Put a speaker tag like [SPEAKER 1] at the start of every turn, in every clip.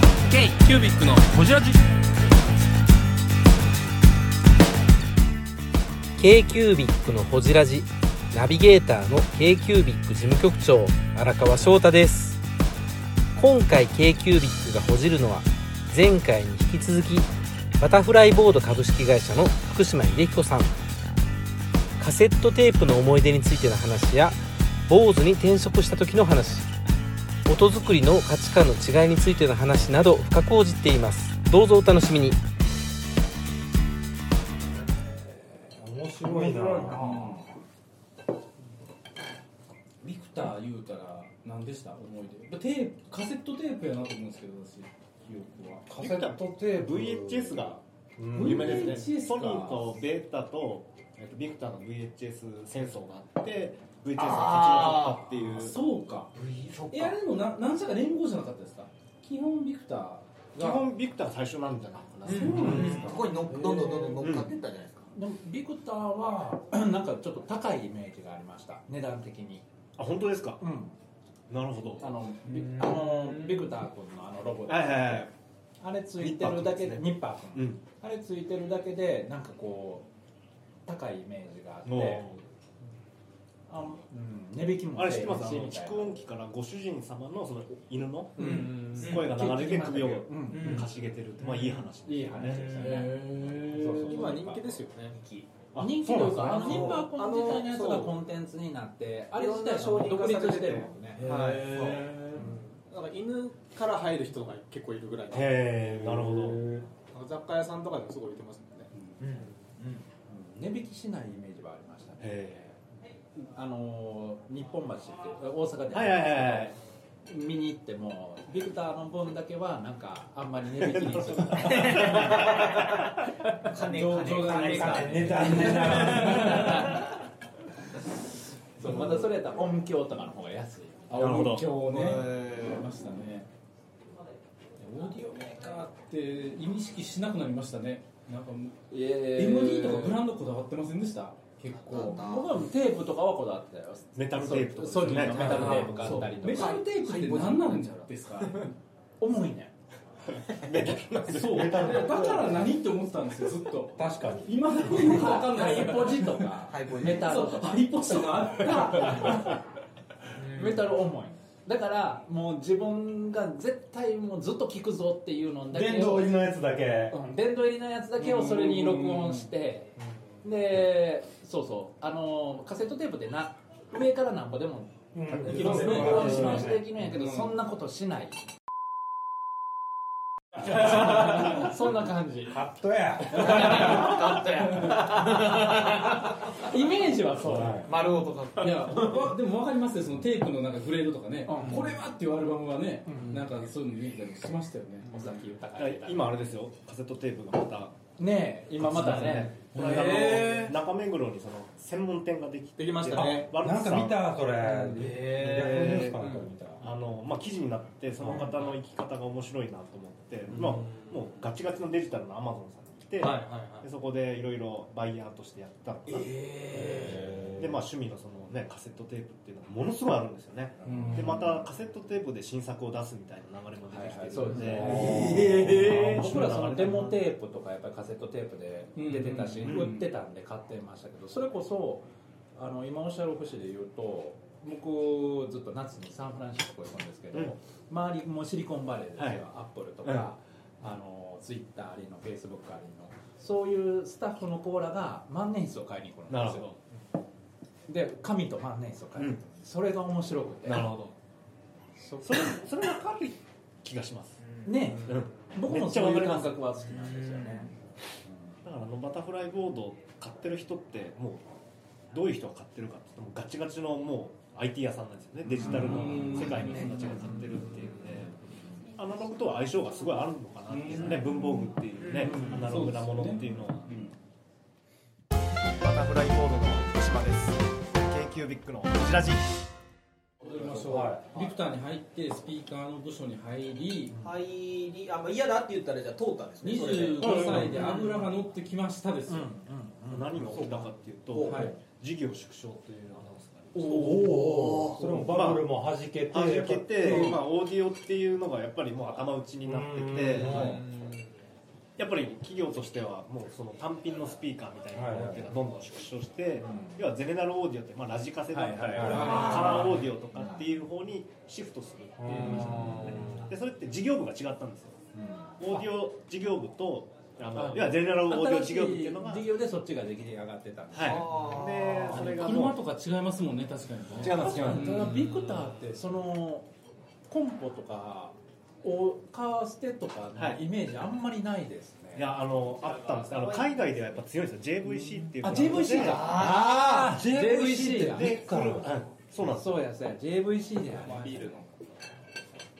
[SPEAKER 1] キュービックのホジラジ
[SPEAKER 2] k c キュービッのほじラジ。ナビゲーターの k c キュービッ事務局長荒川翔太です。今回 k c キュービッがほじるのは、前回に引き続き。バタフライボード株式会社の福島秀彦さん。カセットテープの思い出についての話や。坊主に転職した時の話。音作りの価値観の違いについての話など深く応じています。どうぞお楽しみに。
[SPEAKER 3] 面白いな
[SPEAKER 1] ビクター言うたら何でした思い出テープカセットテープやなと思うんですけど私記憶は
[SPEAKER 3] カセットテープ
[SPEAKER 4] VHS が
[SPEAKER 3] うん
[SPEAKER 4] 有名ですね
[SPEAKER 1] VHS か
[SPEAKER 4] ソニーとベータとえっとビクターの VHS 戦争があって VHS が勝ち残ったっていう
[SPEAKER 1] そうか
[SPEAKER 3] V そっ
[SPEAKER 1] いやでもな何社か連合じゃなかったですか基本ビクターが
[SPEAKER 4] 基本ビクターが最初なんじゃない
[SPEAKER 1] そう
[SPEAKER 4] かな
[SPEAKER 1] なんですか
[SPEAKER 5] そこにのどんどんどんどん乗っかっていったじゃないですか、
[SPEAKER 6] でもビクターは なんかちょっと高いイメージがありました値段的に、
[SPEAKER 4] あ本当ですか
[SPEAKER 6] うん、
[SPEAKER 4] なるほど
[SPEAKER 6] あのビあのビクター君のあのロゴ
[SPEAKER 4] はいはいはい
[SPEAKER 6] あれついてるだけでニッパー君、
[SPEAKER 4] うん
[SPEAKER 6] あれついてるだけでなんかこう高いイメージがあって
[SPEAKER 4] もう
[SPEAKER 6] あの、うん、値引きも
[SPEAKER 4] あれ知ってますあ
[SPEAKER 6] せえへ
[SPEAKER 4] の
[SPEAKER 6] んしみたい
[SPEAKER 4] 蓄
[SPEAKER 6] な
[SPEAKER 4] 音機からご主人様のその犬の
[SPEAKER 6] うん
[SPEAKER 4] 声が流れて首を
[SPEAKER 6] うん
[SPEAKER 4] かしげてるってまあいい話
[SPEAKER 6] いい話でしたねそうそうそう
[SPEAKER 5] 今人気ですよね
[SPEAKER 4] あ
[SPEAKER 6] 人気というかあの
[SPEAKER 4] そうなんですね
[SPEAKER 6] ニッパー君自体の
[SPEAKER 5] あの
[SPEAKER 6] やつ
[SPEAKER 5] そ
[SPEAKER 6] が
[SPEAKER 5] う
[SPEAKER 6] コンテンツになってあ
[SPEAKER 5] い
[SPEAKER 6] れ
[SPEAKER 5] ろ
[SPEAKER 6] 自
[SPEAKER 5] ん
[SPEAKER 6] 体
[SPEAKER 5] な
[SPEAKER 6] は
[SPEAKER 5] 商品化
[SPEAKER 6] 独立
[SPEAKER 5] されてて
[SPEAKER 6] してるもんね
[SPEAKER 5] はいだから犬から入る人が結構いるぐらいなんか
[SPEAKER 4] へえなるほど
[SPEAKER 5] 雑貨屋さんとかでもすごい売ってますもんね
[SPEAKER 6] うん値引きしないイメージはありましたね
[SPEAKER 4] へ
[SPEAKER 6] あのー日本橋って大阪
[SPEAKER 4] え
[SPEAKER 6] で
[SPEAKER 4] はいはいはいはい
[SPEAKER 6] 見に行ってもビクターの分だけはなんかあんまり値引きにしない金金金
[SPEAKER 3] 値段値
[SPEAKER 6] そうまたそれやったら音響とかの方が安い
[SPEAKER 1] あ
[SPEAKER 4] なるほど
[SPEAKER 1] 音響ねありましたねオーディオメーカーって意識しなくなりましたねなんかもう MD とかブランドこだわってませんでした結構
[SPEAKER 6] 僕はテープとかはこだわってたよ
[SPEAKER 4] メタルテープとかです
[SPEAKER 6] ソ
[SPEAKER 4] よ
[SPEAKER 6] ニーのメタルテープ買
[SPEAKER 1] そ
[SPEAKER 6] っ
[SPEAKER 1] う
[SPEAKER 6] たりと
[SPEAKER 1] メタ
[SPEAKER 6] か
[SPEAKER 1] ルテープって何なんですか
[SPEAKER 6] 重いね
[SPEAKER 1] そうだから何って思ってたんですよずっと
[SPEAKER 3] 確かに
[SPEAKER 1] 今だによくわかんな
[SPEAKER 6] ハ
[SPEAKER 1] い
[SPEAKER 6] イポジとか
[SPEAKER 5] ハイポジ
[SPEAKER 6] メタル
[SPEAKER 1] そ
[SPEAKER 6] と
[SPEAKER 1] う
[SPEAKER 6] か
[SPEAKER 1] ハリポストがあった
[SPEAKER 6] メタル重いだからもう自分が絶対もうずっと聞くぞっていうのだけを
[SPEAKER 3] 電動入りのやつだけ
[SPEAKER 6] うん殿堂入りのやつだけをそれに録音してでそうそうあのカセットテープでな上から何個でも
[SPEAKER 3] うん
[SPEAKER 6] 録
[SPEAKER 3] ね
[SPEAKER 6] 音しましてできるんやけどそんなこと しないそんな感じ
[SPEAKER 3] カットや
[SPEAKER 6] カットやイメージはそう
[SPEAKER 5] 丸ごと買った
[SPEAKER 1] いやわでも分かりますよそのテープのなんかグレードとかね、
[SPEAKER 6] うん
[SPEAKER 1] これはっていうアルバムはね、なんかそういうの見てたりしましたよね、
[SPEAKER 6] 尾崎豊
[SPEAKER 4] だから今あれですよカセットテープがまた
[SPEAKER 6] ねえ今またね
[SPEAKER 4] この間の中目黒にその専門店ができて
[SPEAKER 5] できましたね
[SPEAKER 4] あ悪
[SPEAKER 3] なん
[SPEAKER 4] 口
[SPEAKER 3] か
[SPEAKER 4] さん
[SPEAKER 3] 見たそれ
[SPEAKER 5] へー
[SPEAKER 3] 逆のニュースかなんかで見た
[SPEAKER 4] あの、まあ、記事になってその方の生き方が面白いなと思って、まあ、もうガチガチのデジタルのアマゾンさんに来て、
[SPEAKER 5] はいはい
[SPEAKER 4] でそこでいろいろバイヤーとしてやってたのかなで、まあ、趣味のその、ね、カセットテープっていうのがものすごいあるんですよね、でまたカセットテープで新作を出すみたいな流れも出てきてるので,、
[SPEAKER 6] えー僕らそのデモテープとかやっぱりカセットテープで出てたし、
[SPEAKER 4] うんうんうん
[SPEAKER 6] 売ってたんで買ってましたけどそれこそあの今おっしゃる節で言うと僕ずっと夏にサンフランシスコ行くんですけど、
[SPEAKER 4] うん
[SPEAKER 6] 周りもシリコンバレーですよ、
[SPEAKER 4] はい
[SPEAKER 6] アップルとか、あのツイッターありのフェイスブックありのそういうスタッフのコーラが万年筆を買いに来るん
[SPEAKER 4] なる
[SPEAKER 6] です
[SPEAKER 4] ほ
[SPEAKER 6] よ
[SPEAKER 4] ど
[SPEAKER 6] で紙と万年筆を買いに来る、それが面白くて
[SPEAKER 4] なるほど
[SPEAKER 6] そ
[SPEAKER 4] それそれわかる気がします、
[SPEAKER 6] ね
[SPEAKER 4] うん
[SPEAKER 6] 僕
[SPEAKER 4] め
[SPEAKER 6] も
[SPEAKER 4] っちゃ
[SPEAKER 6] そう
[SPEAKER 4] わ
[SPEAKER 6] い
[SPEAKER 4] か
[SPEAKER 6] う
[SPEAKER 4] りま
[SPEAKER 6] 感
[SPEAKER 4] す
[SPEAKER 6] 覚は好きなんですよね、
[SPEAKER 4] だからあのバタフライボード買ってる人ってもうどういう人が買ってるかって言ってもガチガチのもう IT 屋さんなんですよねデジタルの世界の人たちが買ってるっていうねアナログとは相性がすごいあるのかなっていうね文房具っていうねアナログなものっていうのはバタフライボードの福島です k q ビッグのこちらじ
[SPEAKER 1] 踊りましょう、ビクターに入ってスピーカーの部署に入り
[SPEAKER 7] 入りあ、まあ、嫌だって言ったらじゃあ通ったんですねそれで
[SPEAKER 1] 25歳で油が乗ってきましたですよ、
[SPEAKER 4] 何が起きたかっていうと
[SPEAKER 1] はい
[SPEAKER 4] 事業縮小というアナウンスがありました
[SPEAKER 1] おお
[SPEAKER 3] それも
[SPEAKER 4] ま
[SPEAKER 3] バーブルも弾けて
[SPEAKER 4] はじけて、
[SPEAKER 3] うん
[SPEAKER 4] まあ、オーディオっていうのがやっぱりもう頭打ちになってて、
[SPEAKER 3] うん
[SPEAKER 4] はいやっぱり企業としてはもうその単品のスピーカーみたいなものっていうのがどんどん縮小して、要はゼネラルオーディオって、まあ、ラジカセだったりとか、
[SPEAKER 3] はいはいはい
[SPEAKER 4] カラーオーディオとかっていう方にシフトするっていう話なんですよねでそれって事業部が違ったんですよオーディオ事業部とあの要はゼネラルオーディオ事業部っていうのが
[SPEAKER 8] 新しい事業でそっちが出来上がってたんです
[SPEAKER 4] はいでそれがも
[SPEAKER 1] 車
[SPEAKER 4] う
[SPEAKER 1] とか違いますもんね確かにね
[SPEAKER 8] 違います違います
[SPEAKER 1] ん
[SPEAKER 6] だからビクターってそのコンポとかをカーステとかのイメージあんまりないですね、
[SPEAKER 4] いやあのあったんですあの海外ではやっぱ強いんですよ JVC っていう
[SPEAKER 6] あ
[SPEAKER 4] ブランドで
[SPEAKER 6] JVC か
[SPEAKER 8] ああ
[SPEAKER 6] JVC って
[SPEAKER 4] でこれはいそうなんですよ
[SPEAKER 6] そうやそうや JVC でビールのっ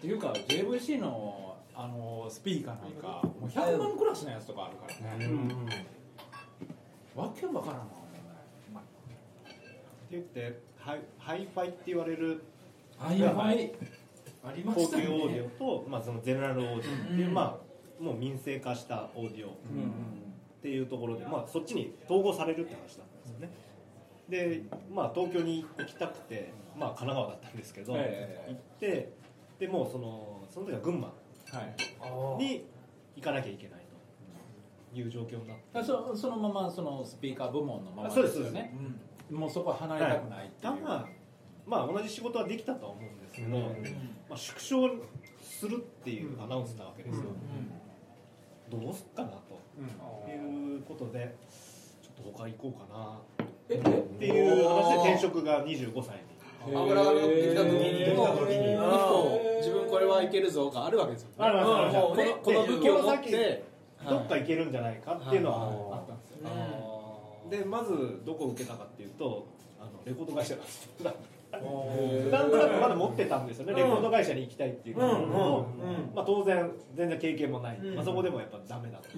[SPEAKER 6] ていうか JVC のあのスピーカーなんかもう100万クラスのやつとかあるからね、わけわからん
[SPEAKER 4] っ
[SPEAKER 6] な
[SPEAKER 4] て言ってハイハイファイって言われる
[SPEAKER 1] あやばいありま
[SPEAKER 4] 高
[SPEAKER 1] したね
[SPEAKER 4] 級オーディオと、まあ、そのゼネラルオーディオっていう、
[SPEAKER 1] うん
[SPEAKER 4] まあ、もう民生化したオーディオっ
[SPEAKER 1] うんうん
[SPEAKER 4] ていうところで、まあ、そっちに統合されるって話だったんですよねで、まあ、東京に行きたくて、まあ、神奈川だったんですけど、
[SPEAKER 1] ええ
[SPEAKER 4] 行ってでもうそのその時は群馬
[SPEAKER 1] はい
[SPEAKER 4] に行かなきゃいけないという状況になって
[SPEAKER 6] だからそそのままそのスピーカー部門のまま
[SPEAKER 4] あそう
[SPEAKER 6] で
[SPEAKER 4] です
[SPEAKER 6] すよねもうそこは離れたくないってい
[SPEAKER 4] た
[SPEAKER 6] う、
[SPEAKER 4] だまあ同じ仕事はできたとは思うんですけど、まあ、縮小するっていうアナウンスなわけですよ、どうすっかなということでちょっと他行こうかな
[SPEAKER 6] え
[SPEAKER 4] っていう話で転職が25歳に
[SPEAKER 7] 油が乗ってきた時に
[SPEAKER 3] へー乗ってきた時に
[SPEAKER 5] 一
[SPEAKER 7] あ
[SPEAKER 5] 歩
[SPEAKER 7] ー
[SPEAKER 5] 自分これはいけるぞがあるわけですよね
[SPEAKER 4] あらあら
[SPEAKER 5] こ
[SPEAKER 7] もうね
[SPEAKER 5] のこの武器を持って
[SPEAKER 4] どっか行けるんじゃないかっていうのはあったんですよ、でまずどこ受けたかっていうとあのレコード会社なんですよなんとなくまだ持ってたんですよね、レコード会社に行きたいっていうのと、まあ、当然全然経験もない、まあ、そこでもやっぱダメだと、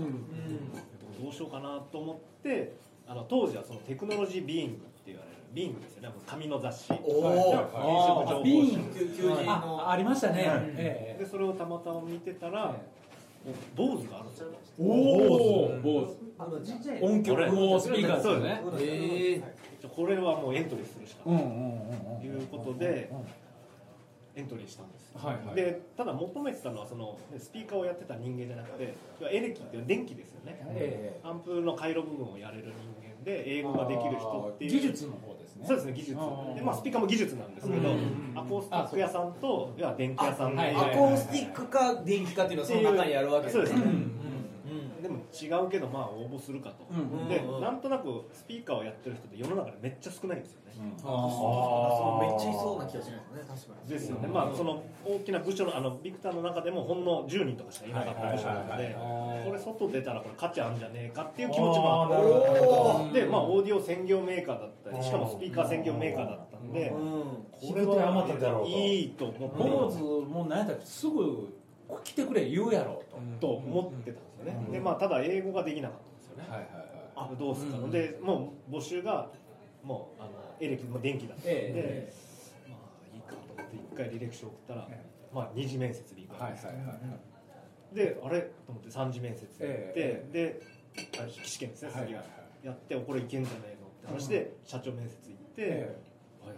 [SPEAKER 4] どうしようかなと思ってあの当時はそのテクノロジービーイングって言われるビーイングですよねもう紙の雑誌
[SPEAKER 7] おお
[SPEAKER 4] はい
[SPEAKER 6] あ
[SPEAKER 4] 転職情報誌
[SPEAKER 6] ビーン
[SPEAKER 7] 求人
[SPEAKER 6] あ
[SPEAKER 7] の
[SPEAKER 6] ありましたね、
[SPEAKER 4] はい
[SPEAKER 6] ええ
[SPEAKER 4] でそれをたまたま見てたら坊主があるんですよ
[SPEAKER 6] おお音響
[SPEAKER 4] これ
[SPEAKER 6] もうスピーカーですよね
[SPEAKER 7] え
[SPEAKER 4] これはもうエントリーするしか
[SPEAKER 6] うん
[SPEAKER 4] ない
[SPEAKER 6] うんうんうん
[SPEAKER 4] ということでエントリーしたんですよ
[SPEAKER 6] はいはい
[SPEAKER 4] でただ求めてたのはそのねスピーカーをやってた人間じゃなくて要はエレキっていう電気ですよね
[SPEAKER 6] え
[SPEAKER 4] アンプの回路部分をやれる人間で英語ができる人って
[SPEAKER 6] え
[SPEAKER 4] いう
[SPEAKER 6] 技術の方ですね
[SPEAKER 4] そうですね技術
[SPEAKER 6] あー
[SPEAKER 4] で、まあ、スピーカーも技術なんですけど
[SPEAKER 6] うん
[SPEAKER 4] アコースティック屋さんといや電気屋さん
[SPEAKER 6] あ
[SPEAKER 4] で
[SPEAKER 6] はい
[SPEAKER 7] アコースティックか電気かっていうのはその中にあるわけ
[SPEAKER 4] そうですね
[SPEAKER 7] うん
[SPEAKER 4] でも違うけどまあ応募するかと、
[SPEAKER 6] うん
[SPEAKER 7] うん
[SPEAKER 4] でなんとなくスピーカーをやってる人って世の中でめっちゃ少ないんですよね、
[SPEAKER 7] あーめっちゃいそうな気がしますね確かに
[SPEAKER 4] ですよね、まあその大きな部署のあのビクターの中でもほんの10人とかしかいなかった部署なのでこれ外出たらこれ価値あるんじゃねえかっていう気持ちもあ
[SPEAKER 3] あーな
[SPEAKER 4] っ
[SPEAKER 3] るほどなるほど
[SPEAKER 7] お
[SPEAKER 4] てでまあオーディオ専業メーカーだったりしかもスピーカー専業メーカーだったんでこれ
[SPEAKER 3] 引く手あまただろうと
[SPEAKER 4] いいと思って
[SPEAKER 6] 坊主もなんやったらすぐ来てくれ言うやろと
[SPEAKER 4] と思ってたんですよね、でまあただ英語ができなかったんですよね、あどうすかの、でもう募集がもうあのエレキもう電気だったんで、
[SPEAKER 6] え
[SPEAKER 4] まあいいかと思って一回履歴書送ったら、まあ二次面接に行くわけですよ、であれと思って三次面接に行って、
[SPEAKER 6] え
[SPEAKER 4] であ筆記試験ですね次が、やっておこれいけんじゃねえのって話で、社長面接行って、あいや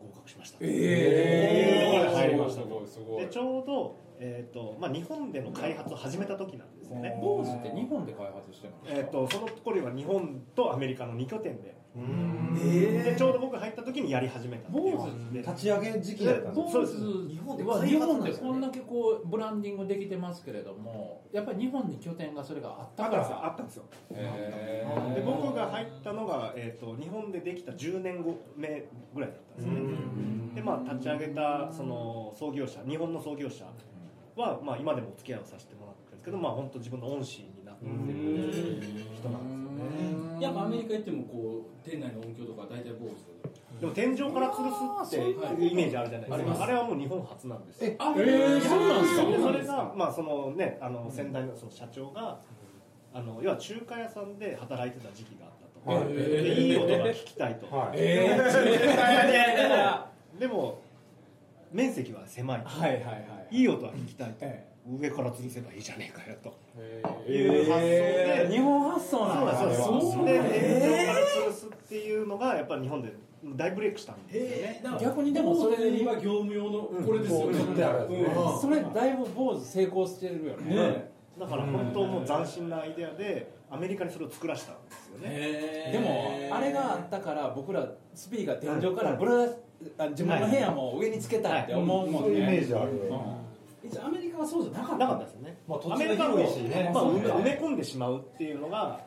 [SPEAKER 4] 合格しました
[SPEAKER 1] え
[SPEAKER 4] ところで入りました
[SPEAKER 1] すごいすご
[SPEAKER 4] でちょうど、えーとまあ、日本での開発を始めた時なんですよね、
[SPEAKER 6] え坊主って日本で開発してるの
[SPEAKER 4] えー、とその頃は日本とアメリカの2拠点ででちょうど僕入った時にやり始めたっていう
[SPEAKER 6] 坊
[SPEAKER 4] で
[SPEAKER 3] 立ち上げ時期だったんで
[SPEAKER 4] そうです
[SPEAKER 7] 日本で開
[SPEAKER 6] は
[SPEAKER 7] 発
[SPEAKER 6] 日本
[SPEAKER 7] なん
[SPEAKER 6] で
[SPEAKER 7] ですね
[SPEAKER 6] こんだけこうブランディングできてますけれどもやっぱり日本に拠点がそれがあっ
[SPEAKER 4] だか
[SPEAKER 6] たから
[SPEAKER 4] さあ
[SPEAKER 6] ら
[SPEAKER 4] ったんですよ
[SPEAKER 1] え
[SPEAKER 4] で僕が入ったのが、えー、と日本でできた10年後目ぐらいだったんですよねでまあ立ち上げたその創業者日本の創業者は、まあ、今でもお付き合いをさせてもらってるんですけどまあ本当自分の恩師になってる人なんですよね
[SPEAKER 1] やっぱアメリカ行ってもこう店内の音響とか大体坊主
[SPEAKER 4] でも天井から吊るすっていうイメージあるじゃないですかあれはもう日本初なんですよ
[SPEAKER 1] あええそうなんですか
[SPEAKER 4] でそれがまあそのねあの先代のその社長があの要は中華屋さんで働いてた時期があったと、
[SPEAKER 3] はい
[SPEAKER 4] でいい音が聞きたいと、
[SPEAKER 3] はい
[SPEAKER 1] え
[SPEAKER 4] でも面積は狭いと、
[SPEAKER 1] はいはいはい
[SPEAKER 4] い、い音は聞きたいと、
[SPEAKER 1] え
[SPEAKER 4] 上から吊るせばいいじゃねえかよと
[SPEAKER 1] え
[SPEAKER 4] いう発想で、
[SPEAKER 6] 日本発想
[SPEAKER 4] そう
[SPEAKER 6] なん
[SPEAKER 4] なん
[SPEAKER 6] だ
[SPEAKER 4] です
[SPEAKER 6] あれは
[SPEAKER 4] そうなんですで天井から吊るすっていうのがやっぱり日本で大ブレイクしたんですよね
[SPEAKER 1] えー、逆にでもそれで今業務用のこれですよ、
[SPEAKER 4] うん
[SPEAKER 1] 取ってあるやつね
[SPEAKER 6] うんそれだいぶ坊主成功してるよね
[SPEAKER 1] ねえ
[SPEAKER 4] だから本当もう斬新なアイデアでアメリカにそれを作らせたんですよね
[SPEAKER 6] でもあれがあったから僕らスピーが天井からぶらあ自分の部屋も上につけたって思うも
[SPEAKER 3] そうんいうイメー
[SPEAKER 6] ね
[SPEAKER 3] ジある
[SPEAKER 6] うん一応アメリカはそうじゃな
[SPEAKER 4] な
[SPEAKER 6] かった
[SPEAKER 4] かったですよね、
[SPEAKER 3] まあ土
[SPEAKER 4] ア
[SPEAKER 3] 地
[SPEAKER 4] メ
[SPEAKER 3] が
[SPEAKER 4] リカを、
[SPEAKER 3] 広いしね
[SPEAKER 4] まあ、埋め
[SPEAKER 6] そう
[SPEAKER 4] 埋
[SPEAKER 6] ね
[SPEAKER 4] め込んでしまうっていうのが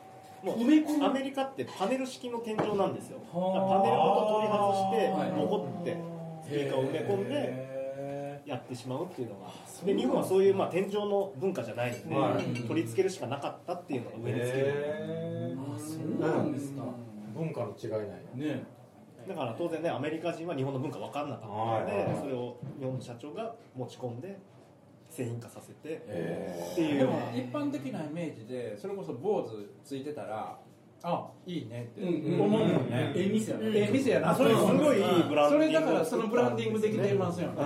[SPEAKER 4] もう
[SPEAKER 6] 埋め込む
[SPEAKER 4] アメリカってパネル式の天井なんですよだから
[SPEAKER 6] はあ
[SPEAKER 4] パネルごと取り外して
[SPEAKER 6] はい
[SPEAKER 4] ボコってスピーカーを埋め込んで
[SPEAKER 1] へ
[SPEAKER 4] やってしまうっていうのがで日本はそういう、まあ、天井の文化じゃないので、取り付けるしかなかったっていうのが上につける、
[SPEAKER 3] へ
[SPEAKER 1] ーあそうなんですか、
[SPEAKER 3] ー文化の違いない
[SPEAKER 1] ね
[SPEAKER 4] だから当然ねアメリカ人は日本の文化分かんなかったので、
[SPEAKER 3] はいはいはい
[SPEAKER 4] それを日本の社長が持ち込んで製品化させて
[SPEAKER 3] へ
[SPEAKER 4] っていう
[SPEAKER 6] で
[SPEAKER 4] よう
[SPEAKER 6] も
[SPEAKER 4] な
[SPEAKER 6] 一般的なイメージでそれこそ坊主ついてたらあいいねって
[SPEAKER 1] うん
[SPEAKER 6] 思
[SPEAKER 1] うん
[SPEAKER 6] うもんね
[SPEAKER 1] ええ店やね
[SPEAKER 6] ええ店やな
[SPEAKER 4] それすごいいいブランディング
[SPEAKER 6] それだからそのブランディングできてますよね、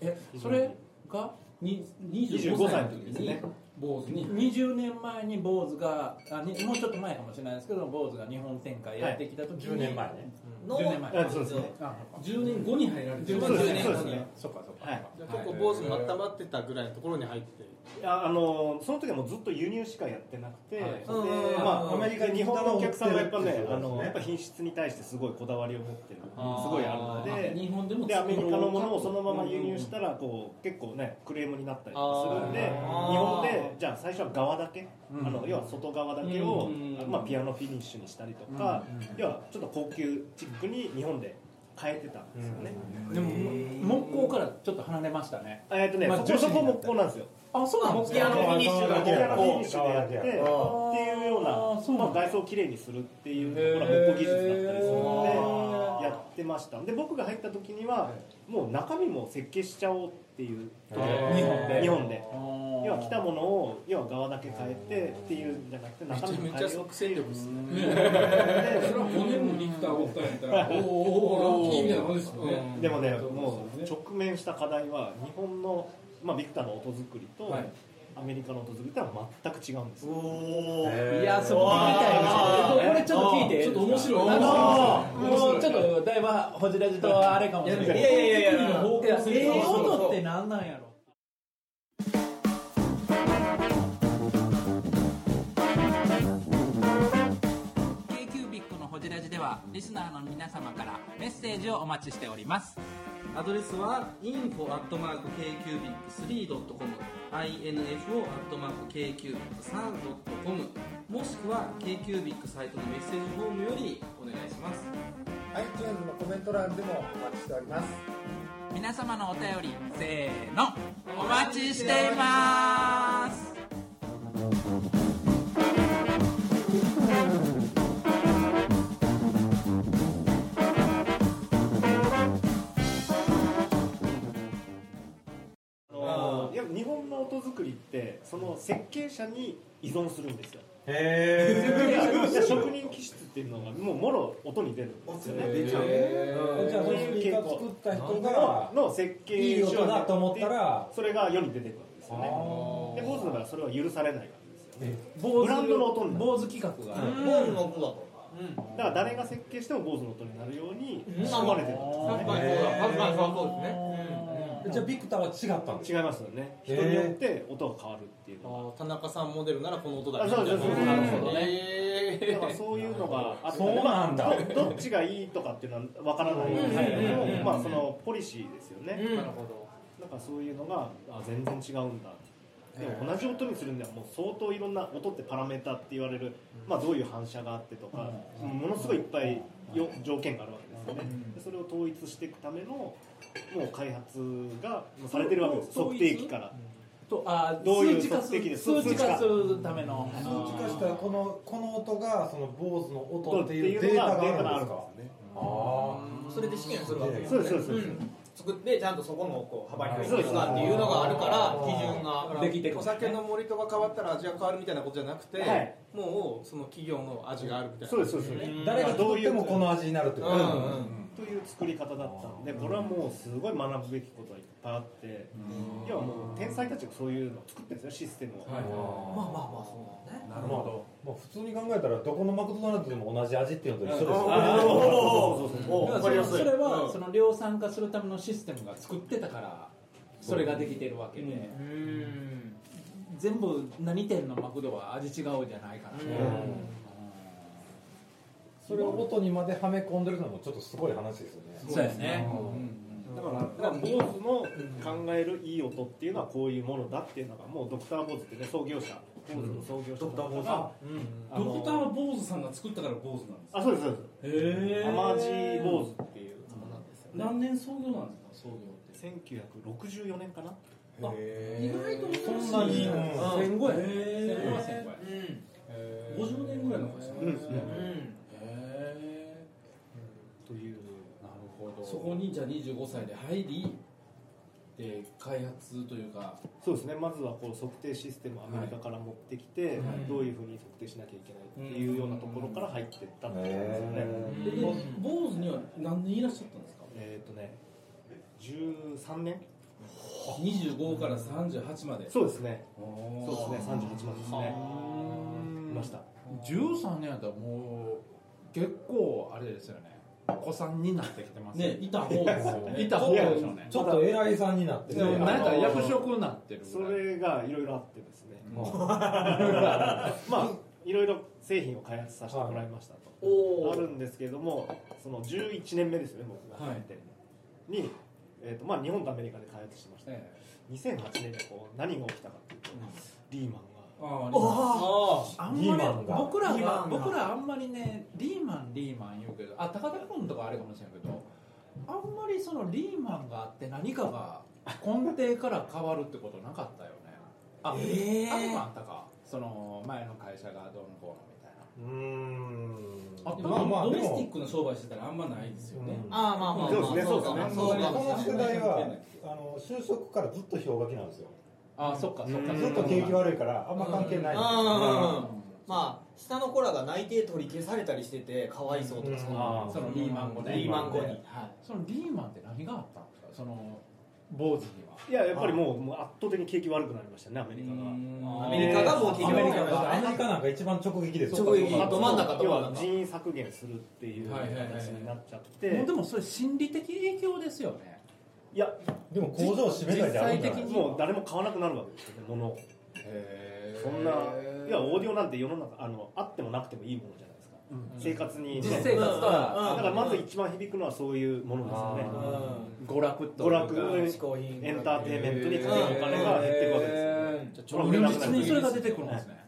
[SPEAKER 6] えそれが
[SPEAKER 1] に
[SPEAKER 4] 25
[SPEAKER 1] 25
[SPEAKER 4] 歳
[SPEAKER 1] 歳
[SPEAKER 4] の
[SPEAKER 1] の時
[SPEAKER 4] 時です
[SPEAKER 1] に
[SPEAKER 4] ね
[SPEAKER 1] 坊主に
[SPEAKER 6] 20年前に坊主があにもうちょっと前かもしれないですけど坊主が日本展開やってきた時に、
[SPEAKER 3] 10年前ね
[SPEAKER 7] の
[SPEAKER 6] 10年前
[SPEAKER 4] あそうですね
[SPEAKER 6] あ
[SPEAKER 1] 10年後に入られて
[SPEAKER 7] 10
[SPEAKER 1] る
[SPEAKER 4] そうです
[SPEAKER 7] 年
[SPEAKER 4] ね
[SPEAKER 7] 後に
[SPEAKER 4] そうですね
[SPEAKER 6] そっかそっか、
[SPEAKER 4] はい
[SPEAKER 5] じゃあ結構坊主も温まってたぐらいのところに入って
[SPEAKER 4] いやあのその時はもうずっと輸入しかやってなくて、
[SPEAKER 5] はい
[SPEAKER 4] で
[SPEAKER 7] うん
[SPEAKER 4] まあ、
[SPEAKER 3] うん
[SPEAKER 4] アメリカ日本のお客さんがやっぱね、あ
[SPEAKER 3] そうです
[SPEAKER 4] の
[SPEAKER 3] ね
[SPEAKER 4] やっぱ品質に対してすごいこだわりを持ってるす
[SPEAKER 5] あー
[SPEAKER 4] ごいあるので
[SPEAKER 1] 日本でも
[SPEAKER 4] でアメリカのものをそのまま輸入したたらこう結構ねクレームになったりとかするんで日
[SPEAKER 7] あー
[SPEAKER 4] 本でじゃあ最初は側だけ、
[SPEAKER 6] うん
[SPEAKER 4] あの要は外側だけを、
[SPEAKER 1] うん
[SPEAKER 4] まあ、ピアノフィニッシュにしたりとか、
[SPEAKER 6] うん
[SPEAKER 4] 要はちょっと高級チックに日本で変えてたんですよね、
[SPEAKER 6] でも木工からちょっと離れましたね
[SPEAKER 4] えっとね、
[SPEAKER 6] まあ
[SPEAKER 4] そこそこ木工なんですよ
[SPEAKER 6] あそうなんです
[SPEAKER 7] ピアノフィニッシュが
[SPEAKER 4] ピアノフィニッシュでやってって
[SPEAKER 3] あ
[SPEAKER 4] い
[SPEAKER 3] ー
[SPEAKER 4] うような
[SPEAKER 6] あーそう
[SPEAKER 4] ま
[SPEAKER 6] な
[SPEAKER 4] あ、
[SPEAKER 6] んだ
[SPEAKER 4] 外装をきれいにするっていうところは木工技術だったりするのでやってましたで僕が入った時にはもう中身も設計しちゃおうっていうところ
[SPEAKER 3] へー
[SPEAKER 4] 日本で日本で
[SPEAKER 6] 要
[SPEAKER 4] 要は来たものを要は側だけ変えてっていうんじゃなくて
[SPEAKER 5] めち
[SPEAKER 4] 中
[SPEAKER 5] ゃ
[SPEAKER 4] 身
[SPEAKER 5] め
[SPEAKER 4] も
[SPEAKER 5] ち
[SPEAKER 4] 変
[SPEAKER 5] ゃ
[SPEAKER 4] えよう
[SPEAKER 5] 戦力ですね
[SPEAKER 1] それは5年もリクターをおったんやったらおーおーおーラッキーみたいな感じですよね
[SPEAKER 4] でもね
[SPEAKER 1] そう
[SPEAKER 4] もう
[SPEAKER 1] ですよね
[SPEAKER 4] 直面した課題は日本の、まあ、ビクターの音作りと、
[SPEAKER 1] はい
[SPEAKER 4] アメリカの音作りとは全く違うんですよ
[SPEAKER 6] いやそこ聞きたいですこれちょっと聞いて
[SPEAKER 1] ちょっと面白い
[SPEAKER 6] あの
[SPEAKER 1] 面白い
[SPEAKER 6] もうちょっとだいぶホジラジとあれかもしれないけど
[SPEAKER 7] いやいやいやいや
[SPEAKER 6] いやええ音ってなんなんやろ
[SPEAKER 2] アドレスは info.kcubic3.com info.kcubic3.com もしくは KQBIC サイトのメッセージフォームよりお願いします
[SPEAKER 9] 皆様のお便りせーのお待ちしています
[SPEAKER 4] あのいや日本の音作りってその設計者に依存するんですよ
[SPEAKER 3] え
[SPEAKER 4] 職人気質っていうのがもうもろ音に出るんですよね
[SPEAKER 3] じゃあそのスピーカー作った人が
[SPEAKER 4] の設計
[SPEAKER 3] いい音だと思ったら
[SPEAKER 4] それが世に出てくるんですよねで坊主だからそれは許されないわけですよブランドの音になる
[SPEAKER 6] 坊主企画がある
[SPEAKER 7] ボールの音だと
[SPEAKER 4] だから誰が設計しても坊主の音になるように仕組まれてるんですよ
[SPEAKER 7] 確かにそうだ確かにそうですね
[SPEAKER 3] じゃあビクターは違ったんです
[SPEAKER 4] 違いますよね人によって音が変わるっていうのは
[SPEAKER 5] あー田中さんモデルならこの音だ
[SPEAKER 4] あそうそうそうそうなるほどね
[SPEAKER 5] え
[SPEAKER 4] だからそういうのがあって
[SPEAKER 3] そうなんだ
[SPEAKER 4] まあどどっちがいいとかっていうのはわからないんですけどもまあそのポリシーですよね、
[SPEAKER 7] うん
[SPEAKER 4] なんかそういうのがあ全然違うんだでも同じ音にするにはもう相当いろんな音ってパラメータって言われる、まあ、どういう反射があってとか、ものすごいいっぱいよ条件があるわけですよね、でそれを統一していくためのもう開発がされてるわけです
[SPEAKER 6] 統
[SPEAKER 4] 測
[SPEAKER 6] 一
[SPEAKER 4] 定器から、
[SPEAKER 6] とあ
[SPEAKER 4] どういう
[SPEAKER 6] 数値化す
[SPEAKER 4] 測定器
[SPEAKER 6] る
[SPEAKER 4] です
[SPEAKER 6] 数値化するための
[SPEAKER 3] 数値化したらこのこの音がその坊主の音っていう
[SPEAKER 4] ってい
[SPEAKER 3] デ
[SPEAKER 4] う
[SPEAKER 3] ー
[SPEAKER 4] のが
[SPEAKER 3] タがあるんです
[SPEAKER 4] データが
[SPEAKER 3] か
[SPEAKER 4] あるんですよね
[SPEAKER 3] あ
[SPEAKER 7] それで試験するわけです
[SPEAKER 4] そう
[SPEAKER 7] よ
[SPEAKER 4] で
[SPEAKER 7] ね
[SPEAKER 4] すそうですそうです、
[SPEAKER 7] ん作ってちゃんとそこのこう幅に入ってるなっていうのがあるから基準が
[SPEAKER 6] できてくる
[SPEAKER 5] お酒の森とか変わったら味が変わるみたいなことじゃなくて、
[SPEAKER 4] はい
[SPEAKER 5] もうその企業の味があるみたいな
[SPEAKER 4] そうですそうです、
[SPEAKER 3] あ誰が作ってもこの味になるってこと
[SPEAKER 7] うんうん
[SPEAKER 4] という作り方だったんでこれはもうすごい学ぶべきことはいっぱいあって要はもう天才たちがそういうのを作ってるんですよシステムを、
[SPEAKER 7] まあまあまあそうだね
[SPEAKER 3] なるほど、まあ、普通に考えたらどこのマクドナルドでも同じ味っていうのと一緒ですよね
[SPEAKER 4] あーそうそうそうそう
[SPEAKER 7] わかりやすい
[SPEAKER 6] それはその量産化するためのシステムが作ってたからそれができてるわけ
[SPEAKER 7] う
[SPEAKER 6] で、
[SPEAKER 7] ん
[SPEAKER 6] 全部何店のマクドは味違うじゃないからね、
[SPEAKER 3] それを音にまではめ込んでるのもちょっとすごい話ですよね
[SPEAKER 7] そうですね
[SPEAKER 4] だから、だから坊主の考えるいい音っていうのはこういうものだっていうのが、もうドクター坊主ってね、創業者、坊主の創業者ドクター坊主あ
[SPEAKER 1] ド
[SPEAKER 4] の
[SPEAKER 1] クター坊主さんが作ったから坊主なんですか
[SPEAKER 4] あ、そうです、そうで
[SPEAKER 1] へ
[SPEAKER 4] す。アマジ坊主っていう方なんですよね。
[SPEAKER 1] 何年創業なんですか創業って
[SPEAKER 4] 1964年かな
[SPEAKER 1] 意外と
[SPEAKER 3] そんなに、
[SPEAKER 1] 戦後や戦後は戦後や
[SPEAKER 7] うん
[SPEAKER 1] 50年ぐらいの会社なんですね
[SPEAKER 7] うん
[SPEAKER 1] へ
[SPEAKER 4] という。
[SPEAKER 1] ーそこにじゃあ25歳で入りで開発というか
[SPEAKER 4] そうですね、まずはこう測定システムをアメリカから持ってきて、どういうふうに測定しなきゃいけないっていうようなところから入っていったっていうんですよね。
[SPEAKER 1] でで坊主には何年いらっしゃったんですか
[SPEAKER 4] えっとね、13年
[SPEAKER 1] 25から38まで
[SPEAKER 4] そうですね、
[SPEAKER 1] おー
[SPEAKER 4] そうですね、38万ですね。いました。
[SPEAKER 6] 13年やったらもう結構あれですよねお子さんになってきてます
[SPEAKER 1] ねいた方ですよね
[SPEAKER 6] いた方でしょうね
[SPEAKER 3] ちょっと偉いさんになって
[SPEAKER 6] でもなん
[SPEAKER 3] ね
[SPEAKER 6] か役職になってる
[SPEAKER 4] そ
[SPEAKER 6] ぐらい
[SPEAKER 4] れがいろいろあってですね、
[SPEAKER 3] うん
[SPEAKER 4] まあいろいろ製品を開発させてもらいましたと、
[SPEAKER 7] お
[SPEAKER 4] あ
[SPEAKER 7] ー
[SPEAKER 4] るんですけれどもその11年目ですよね僕が入って、に、えーとまあ、日本とアメリカで開発してました、
[SPEAKER 1] え
[SPEAKER 4] 2008年にこう何が起きたかっていうと、リーマン
[SPEAKER 1] えあ
[SPEAKER 7] あ
[SPEAKER 6] あ
[SPEAKER 3] リー
[SPEAKER 6] ん
[SPEAKER 3] マ
[SPEAKER 6] ま
[SPEAKER 3] ン
[SPEAKER 6] り
[SPEAKER 3] が
[SPEAKER 6] 僕ら
[SPEAKER 7] リーマ
[SPEAKER 6] が
[SPEAKER 7] ンが
[SPEAKER 6] 僕らあんまりねリーマンリーマン言うけどあ高田君とかあれかもしれんけどあんまりそのリーマンがあって何かが根底から変わるってことなかったよねあ、
[SPEAKER 7] ええ
[SPEAKER 6] あれもあったかその前の会社がどうのこうのみたいな
[SPEAKER 3] うーん
[SPEAKER 6] あった
[SPEAKER 3] まあまあ
[SPEAKER 1] ド
[SPEAKER 3] で
[SPEAKER 1] メステ
[SPEAKER 3] も
[SPEAKER 1] ィックの商売してたらあんまないですよね、
[SPEAKER 3] うん
[SPEAKER 7] あーまあまあまあ
[SPEAKER 4] そうですね
[SPEAKER 7] か
[SPEAKER 4] そ
[SPEAKER 7] そうう
[SPEAKER 4] ですね
[SPEAKER 7] か
[SPEAKER 3] こ
[SPEAKER 7] も
[SPEAKER 3] の世代はあの就職からずっと氷河期なんですよ
[SPEAKER 6] あそっかそっか
[SPEAKER 3] ずっと景気悪いからあんま関係ないんですよ
[SPEAKER 7] うんうんまあ下の子らが内定取り消されたりしててかわいそうとかそんな
[SPEAKER 3] あ
[SPEAKER 6] そのリーマン後ね
[SPEAKER 7] リーマン後に
[SPEAKER 3] リ
[SPEAKER 7] はい
[SPEAKER 6] そのリーマンって何があったんですかその坊主には
[SPEAKER 4] がいややっぱりもうもう圧倒的に景気悪くなりましたねアメリカが。
[SPEAKER 7] アメリカがもう
[SPEAKER 3] アメリ
[SPEAKER 7] が
[SPEAKER 3] カがアメリカなんか一番直撃ですよ
[SPEAKER 7] 直撃
[SPEAKER 4] あと
[SPEAKER 7] ど真ん中ど
[SPEAKER 4] 要
[SPEAKER 7] 真ん
[SPEAKER 4] は
[SPEAKER 7] 中
[SPEAKER 4] 人員削減するっていう
[SPEAKER 1] はいはいはい
[SPEAKER 4] 形になっちゃって、
[SPEAKER 6] もうでもそれ心理的影響ですよね
[SPEAKER 4] いや
[SPEAKER 3] でも工場閉めたりあるんじゃない
[SPEAKER 6] 実際的に
[SPEAKER 4] もう誰も買わなくなるわけですよね物をそんないやオーディオなんて世の中あのあってもなくてもいいものじゃないですか、生活に、
[SPEAKER 6] 実生活とは
[SPEAKER 4] だからまず一番響くのはそういうものですよね
[SPEAKER 7] う
[SPEAKER 3] あ
[SPEAKER 7] ん
[SPEAKER 6] 娯楽と
[SPEAKER 4] 娯楽
[SPEAKER 7] 嗜好品
[SPEAKER 4] エンターテインメントにかけるお金が減っていくわけですよ、
[SPEAKER 6] ちょっと現実にそれが出てくるんですね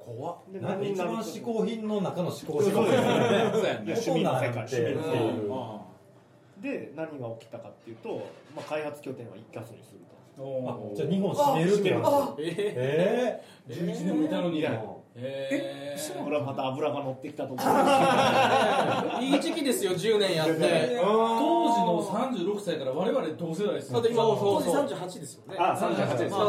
[SPEAKER 3] 怖っ
[SPEAKER 4] で
[SPEAKER 3] なんか一番
[SPEAKER 4] そ
[SPEAKER 3] 嗜好品の中の嗜好
[SPEAKER 4] う
[SPEAKER 3] 品
[SPEAKER 4] そうですよね
[SPEAKER 6] そうや
[SPEAKER 4] いや
[SPEAKER 6] ね
[SPEAKER 4] 趣味の世界
[SPEAKER 3] なん
[SPEAKER 4] 趣
[SPEAKER 3] て
[SPEAKER 4] 味の世界
[SPEAKER 3] うん
[SPEAKER 4] で何が起きたかっていうと、まあ、開発拠点は一箇所にすると
[SPEAKER 3] あじゃあ日本閉めるってやつ
[SPEAKER 5] え
[SPEAKER 3] え
[SPEAKER 1] 11年もいたのに
[SPEAKER 4] いや
[SPEAKER 1] えー
[SPEAKER 4] これはまた油が乗ってきたと思う
[SPEAKER 7] いい時期ですよ10年やっ
[SPEAKER 1] え
[SPEAKER 7] て
[SPEAKER 1] ー当時の36歳から我々同世代です
[SPEAKER 7] だって今そうそうそう
[SPEAKER 5] 38ですよね
[SPEAKER 4] あ三38です
[SPEAKER 7] まあ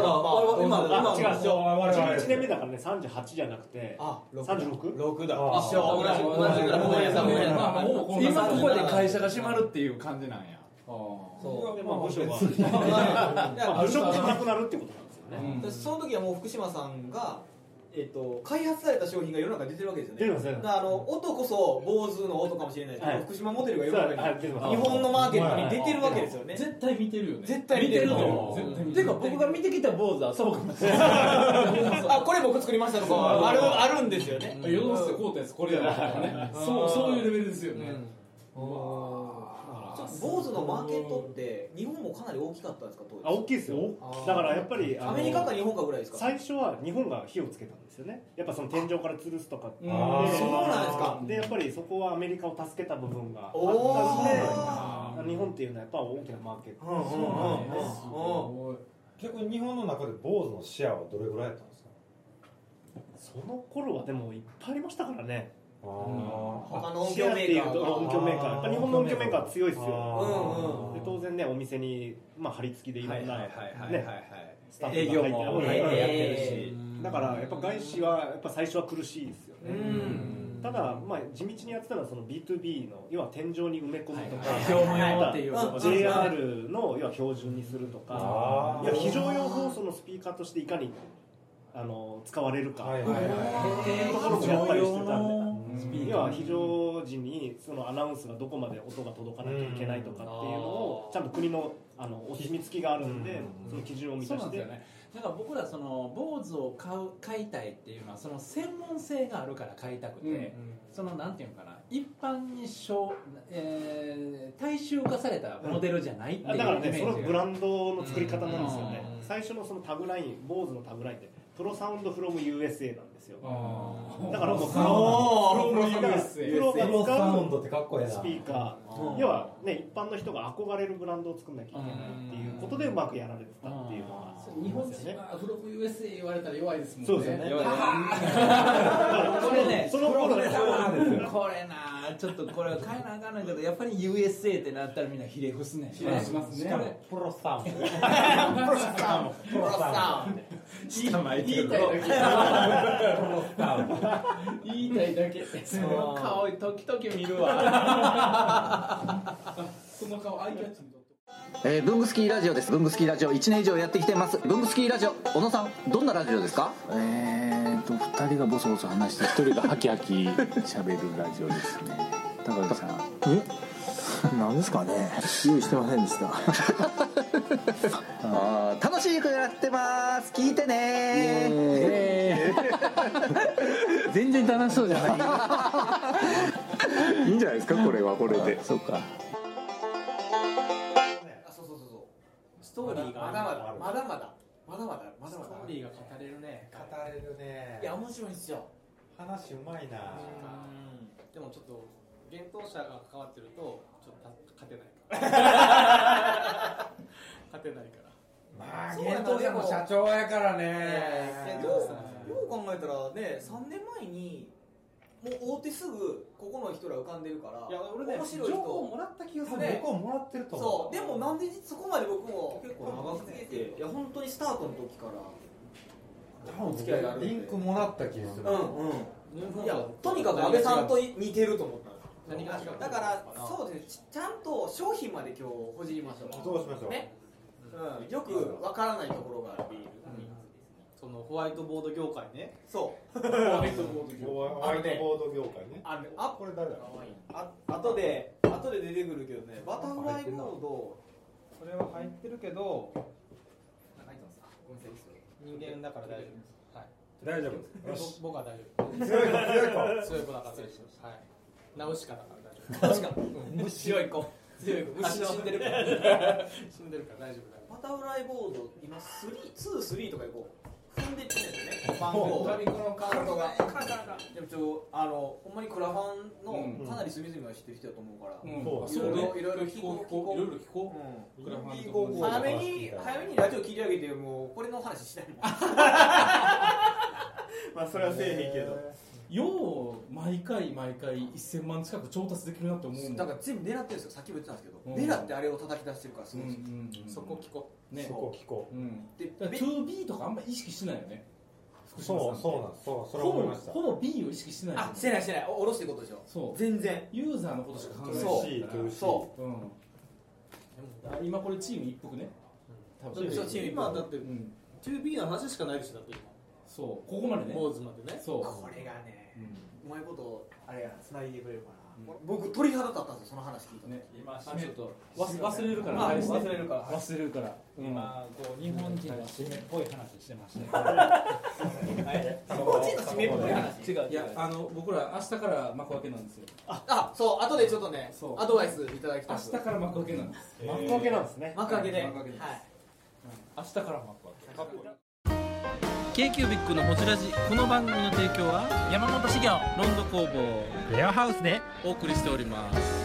[SPEAKER 7] まあまあ今
[SPEAKER 4] あ違う
[SPEAKER 7] 今
[SPEAKER 4] 違う
[SPEAKER 3] 我々
[SPEAKER 4] 11年目だからね38じゃなくて
[SPEAKER 7] あ六
[SPEAKER 4] 36
[SPEAKER 7] 6だ
[SPEAKER 3] あ
[SPEAKER 7] 一緒同じ同じぐらい
[SPEAKER 3] ごめんなさいごめんな
[SPEAKER 7] ま
[SPEAKER 1] ま
[SPEAKER 7] あ
[SPEAKER 1] あまあ
[SPEAKER 7] まあも
[SPEAKER 1] も
[SPEAKER 7] う
[SPEAKER 1] う
[SPEAKER 7] こ
[SPEAKER 1] こ
[SPEAKER 7] ん
[SPEAKER 1] ん
[SPEAKER 7] な
[SPEAKER 1] な
[SPEAKER 6] 今
[SPEAKER 1] 感
[SPEAKER 6] こ
[SPEAKER 1] じ
[SPEAKER 6] こで会社が閉まるっていう感じなんや
[SPEAKER 7] そう
[SPEAKER 4] でまあ部署が
[SPEAKER 7] だから
[SPEAKER 4] まあ部署がなくなるってことなんですよね
[SPEAKER 7] でその時はもう福島さんが、えっと開発された商品が世の中に出てるわけですよね
[SPEAKER 4] 出てます出て
[SPEAKER 7] だ
[SPEAKER 4] ます
[SPEAKER 7] からあの音こそ坊主の音かもしれないですけど、
[SPEAKER 4] はい
[SPEAKER 7] 福島モデルが世
[SPEAKER 4] そう
[SPEAKER 7] の
[SPEAKER 4] は
[SPEAKER 7] 中
[SPEAKER 4] い出てま
[SPEAKER 7] に
[SPEAKER 4] す
[SPEAKER 7] 日本のマーケットに出てるわけですよね
[SPEAKER 1] 絶対見てるよね
[SPEAKER 7] 絶対見てると
[SPEAKER 1] 見てると思う
[SPEAKER 7] 思
[SPEAKER 1] 絶対見
[SPEAKER 6] て
[SPEAKER 1] て
[SPEAKER 6] いう
[SPEAKER 1] る
[SPEAKER 6] か僕が見てきた坊主はそうかもしれない
[SPEAKER 7] あこれ僕作りましたとかあるあるんですよね、
[SPEAKER 1] 世の中でこうたやつこれやなとかねそうそういうレベルですよね
[SPEAKER 7] ちょっと坊主のマーケットって日本もかなり大きかったんですか当時
[SPEAKER 4] あ大きいですよ
[SPEAKER 7] あ
[SPEAKER 4] だからやっぱりあの
[SPEAKER 7] アメリカか日本かぐらいですか
[SPEAKER 4] 最初は日本が火をつけたんですよねやっぱその天井から吊るすとかって
[SPEAKER 1] うん
[SPEAKER 3] あー
[SPEAKER 7] そうなんですか
[SPEAKER 4] でやっぱりそこはアメリカを助けた部分があったんで日本っていうのはやっぱ大きなマーケット
[SPEAKER 7] うんうんうんうん
[SPEAKER 3] 逆に日本の中で坊主のシェアはどれぐらいだったんですか
[SPEAKER 4] その頃はでもいっぱいありましたからね
[SPEAKER 3] あ
[SPEAKER 7] 他の音
[SPEAKER 4] シェ
[SPEAKER 7] 響
[SPEAKER 4] アっ
[SPEAKER 7] メ
[SPEAKER 4] て
[SPEAKER 7] ー
[SPEAKER 4] い
[SPEAKER 7] カー
[SPEAKER 4] うと
[SPEAKER 7] が
[SPEAKER 4] 音響メーカーやっぱ日本の音響メーカーは強いですよ
[SPEAKER 7] うん
[SPEAKER 4] で当然ねお店に、まあ、張り付きでいろんな、ね、スタッフが入って
[SPEAKER 6] 営業も
[SPEAKER 4] うん
[SPEAKER 6] やってる
[SPEAKER 7] え
[SPEAKER 6] し
[SPEAKER 4] だからやっぱ外資はやっぱ最初は苦しいですよ
[SPEAKER 7] う
[SPEAKER 4] ね
[SPEAKER 7] ん
[SPEAKER 4] ただ、まあ、地道にやってたのはその B2B の要は天井に埋め込むとか、
[SPEAKER 6] 表のようっていう
[SPEAKER 7] はいはい
[SPEAKER 4] JR の要は標準にするとか
[SPEAKER 3] あ
[SPEAKER 4] いや
[SPEAKER 3] ー
[SPEAKER 4] 非常用放送のスピーカーとしていかにあの使われるか、
[SPEAKER 3] はいはいは
[SPEAKER 4] っていうところもやったりしてたんで。
[SPEAKER 3] い
[SPEAKER 4] うん要は非常時にそのアナウンスがどこまで音が届かなきゃいけないとかっていうのを
[SPEAKER 7] うん
[SPEAKER 4] ちゃんと国のあのお墨付きがあるんで
[SPEAKER 3] うん
[SPEAKER 4] その基準を満
[SPEAKER 6] そう
[SPEAKER 4] た
[SPEAKER 6] な
[SPEAKER 4] し
[SPEAKER 6] んです
[SPEAKER 4] て
[SPEAKER 6] よねだから僕らその坊主を買う買いたいっていうのはその専門性があるから買いたくて、そのなんていうのかな一般にしょ、えー大衆化されたモデルじゃないっていう
[SPEAKER 4] あ
[SPEAKER 6] イ
[SPEAKER 4] だ
[SPEAKER 6] メ
[SPEAKER 4] から
[SPEAKER 6] ー
[SPEAKER 4] ね
[SPEAKER 6] ジ
[SPEAKER 4] そ
[SPEAKER 6] が
[SPEAKER 4] のブランドの作り方なんですよね
[SPEAKER 6] うん
[SPEAKER 4] 最初のそのタグライン坊主のタグラインってプロサウンドフロム USA なんですよ
[SPEAKER 1] あ
[SPEAKER 4] だからもうプ
[SPEAKER 1] お
[SPEAKER 4] ロ
[SPEAKER 1] ー
[SPEAKER 4] プロが
[SPEAKER 1] USA
[SPEAKER 4] プロ
[SPEAKER 3] プロサ
[SPEAKER 4] が
[SPEAKER 3] ウンドってかっこええ
[SPEAKER 4] 使
[SPEAKER 3] な
[SPEAKER 4] うスピーカ
[SPEAKER 6] う
[SPEAKER 4] ー
[SPEAKER 6] ん
[SPEAKER 4] 要はね一般の人が憧れるブランドを作んなきゃいけないっていうことでうまくやられてたっていうのが
[SPEAKER 1] ー日本人はフロム USA 言われたら弱いですもんね
[SPEAKER 4] そうですよね
[SPEAKER 1] 弱い
[SPEAKER 6] これね
[SPEAKER 4] その頃ね
[SPEAKER 6] これなあちょっとこれは変えなあかんないけどやっぱり USA ってなったらみんなひれ伏すねん
[SPEAKER 1] 気がしますね
[SPEAKER 3] プロサウンド
[SPEAKER 7] プロさん
[SPEAKER 6] 下巻いてる
[SPEAKER 1] 言いたいだけ
[SPEAKER 6] その顔時々見るわ
[SPEAKER 1] その顔アイキャッチにとって
[SPEAKER 10] えー、ブングスキーラジオですブングスキーラジオ1年以上やってきてますブングスキーラジオ小野さんどんなラジオですかえーと2人がボソボソ話して1人がハキハキ喋るラジオですね高橋さんえなんですかね用意してませんでした あー楽しい曲やってます聞いてね 全然楽しそうじゃ ないいいんじゃないですかこれはこれでそうか
[SPEAKER 7] あそうそうそうそうストーリーがまだまだまだまだまだまだまだまだ
[SPEAKER 5] ーリーが語れるね
[SPEAKER 3] 語れるね
[SPEAKER 7] いや面白いんですよ
[SPEAKER 3] 話うまいな
[SPEAKER 5] でもちょっと幻冬者が関わってるとちょっと勝てないから 勝てないから
[SPEAKER 3] まあ
[SPEAKER 7] そうやな
[SPEAKER 3] 現当でも社長やから
[SPEAKER 7] え
[SPEAKER 3] ね
[SPEAKER 7] ーようよう考えたらね3年前にもう会うてすぐここの人ら浮かんでるから
[SPEAKER 5] いや俺ね
[SPEAKER 7] 面
[SPEAKER 5] 情
[SPEAKER 7] 白い人
[SPEAKER 5] 報もらった気がする
[SPEAKER 7] ね
[SPEAKER 3] 僕はもらってると
[SPEAKER 7] そ
[SPEAKER 3] 思
[SPEAKER 7] うでもなんでそこまで僕も結
[SPEAKER 5] 構長くて
[SPEAKER 7] いや本当にスタートの時から
[SPEAKER 3] 多分僕リンクもらった気がする
[SPEAKER 7] うんうんいやとにかく安倍さんと似てると思ったんです
[SPEAKER 5] 何が違う
[SPEAKER 7] だからそうですねちちゃんと商品まで今日ほじりましょう
[SPEAKER 3] どうしましょう
[SPEAKER 7] ね、うん、よくわからないところがあるビール、
[SPEAKER 5] そのホワイトボード業界ね
[SPEAKER 7] そう
[SPEAKER 3] ホワイトボード業界ね
[SPEAKER 7] あのあ
[SPEAKER 3] これ誰だろ
[SPEAKER 7] あ後で後で出てくるけどねバタフライボ
[SPEAKER 5] それは入ってるけど
[SPEAKER 7] ードごめんなさい
[SPEAKER 5] 人間だから大丈夫です
[SPEAKER 3] う大丈夫よし
[SPEAKER 5] ぼ僕は大丈夫
[SPEAKER 3] 強い子強い子
[SPEAKER 5] そういう子だから大丈夫ですはいナウシカだから大丈夫
[SPEAKER 7] 確かに強い子強い子
[SPEAKER 5] 虫
[SPEAKER 7] 虫
[SPEAKER 5] 死
[SPEAKER 7] 死
[SPEAKER 5] ん
[SPEAKER 7] ん
[SPEAKER 5] で
[SPEAKER 7] で
[SPEAKER 5] る
[SPEAKER 7] る
[SPEAKER 5] か
[SPEAKER 7] からら
[SPEAKER 5] 死んでるから大丈夫だよ
[SPEAKER 7] バタフライボード今スリーツースリーとかこう踏んでいってんですよね番号
[SPEAKER 5] カ
[SPEAKER 7] が
[SPEAKER 5] ビコのカードが
[SPEAKER 7] でもちょあのほんまにクラファン
[SPEAKER 3] うん
[SPEAKER 7] のかなり隅々は知ってる人だと思うから、
[SPEAKER 1] う
[SPEAKER 7] うん
[SPEAKER 1] ん
[SPEAKER 3] そう
[SPEAKER 1] あそうね
[SPEAKER 7] いろいろ聞こう聞こ
[SPEAKER 1] い
[SPEAKER 7] う
[SPEAKER 1] ろいろ聞こうクラファンとか
[SPEAKER 3] うん
[SPEAKER 7] 早めに早めにラジオ聞いてあげてもうこれの話しないもんまあそれはせえへんけど
[SPEAKER 1] よう毎回毎回1000万近く調達できるなって思うもん
[SPEAKER 7] だから全部狙ってるんですよさっきも言ってたんですけど、
[SPEAKER 1] うん
[SPEAKER 7] 狙ってあれを叩き出してるからす
[SPEAKER 1] うん
[SPEAKER 7] ご
[SPEAKER 1] う
[SPEAKER 7] いんですよ、
[SPEAKER 1] んうん
[SPEAKER 5] そこ聞こ
[SPEAKER 1] ね
[SPEAKER 3] そこ聞こ
[SPEAKER 1] うん
[SPEAKER 7] で
[SPEAKER 1] だから
[SPEAKER 7] べ
[SPEAKER 1] 2B とかあんま意識してないよね
[SPEAKER 3] うそうそうなんですそうそれは
[SPEAKER 1] ほ
[SPEAKER 3] 思い
[SPEAKER 1] ぼ
[SPEAKER 3] ました
[SPEAKER 1] ほぼ B を意識してないよね
[SPEAKER 7] あしてないしてないおおろしてることでしょ
[SPEAKER 1] そう
[SPEAKER 7] 全然
[SPEAKER 1] ユーザーのことしか考え
[SPEAKER 7] そう
[SPEAKER 1] てないから、
[SPEAKER 7] そう
[SPEAKER 1] ん、あ今これチーム一服ね多
[SPEAKER 5] う
[SPEAKER 1] 分
[SPEAKER 7] そうチーム
[SPEAKER 5] 今だって
[SPEAKER 1] うん
[SPEAKER 5] 2B の話しかないでしょだって今
[SPEAKER 1] そうここまでね
[SPEAKER 5] 坊主までね
[SPEAKER 1] そう
[SPEAKER 7] これがね
[SPEAKER 1] う
[SPEAKER 7] うまいことあれやつないでくれるかな、僕鳥肌立ったんですよその話聞いた
[SPEAKER 1] ん
[SPEAKER 7] 時、
[SPEAKER 1] ね
[SPEAKER 5] 今
[SPEAKER 1] あちょっと忘忘れるから
[SPEAKER 7] あ
[SPEAKER 1] 返して
[SPEAKER 7] 忘れるからはい
[SPEAKER 1] 忘れるから、うん、
[SPEAKER 6] 今こう日本人の締めっぽい話してましたね
[SPEAKER 7] 日本人の締めっぽい話
[SPEAKER 1] 違ういやあの僕ら明日から幕開けなんですよ
[SPEAKER 7] あそう後でちょっとね
[SPEAKER 1] そう
[SPEAKER 7] アドバイスいただきた
[SPEAKER 1] 明
[SPEAKER 7] い
[SPEAKER 1] 日から幕開けなんです
[SPEAKER 4] 幕開けなんですね
[SPEAKER 7] 幕開けで
[SPEAKER 1] 幕開けです
[SPEAKER 7] はい
[SPEAKER 1] 明日から幕開け
[SPEAKER 2] k q b i c のホジラジこの番組の提供は山本資源ロンド工房レアハウスでお送りしております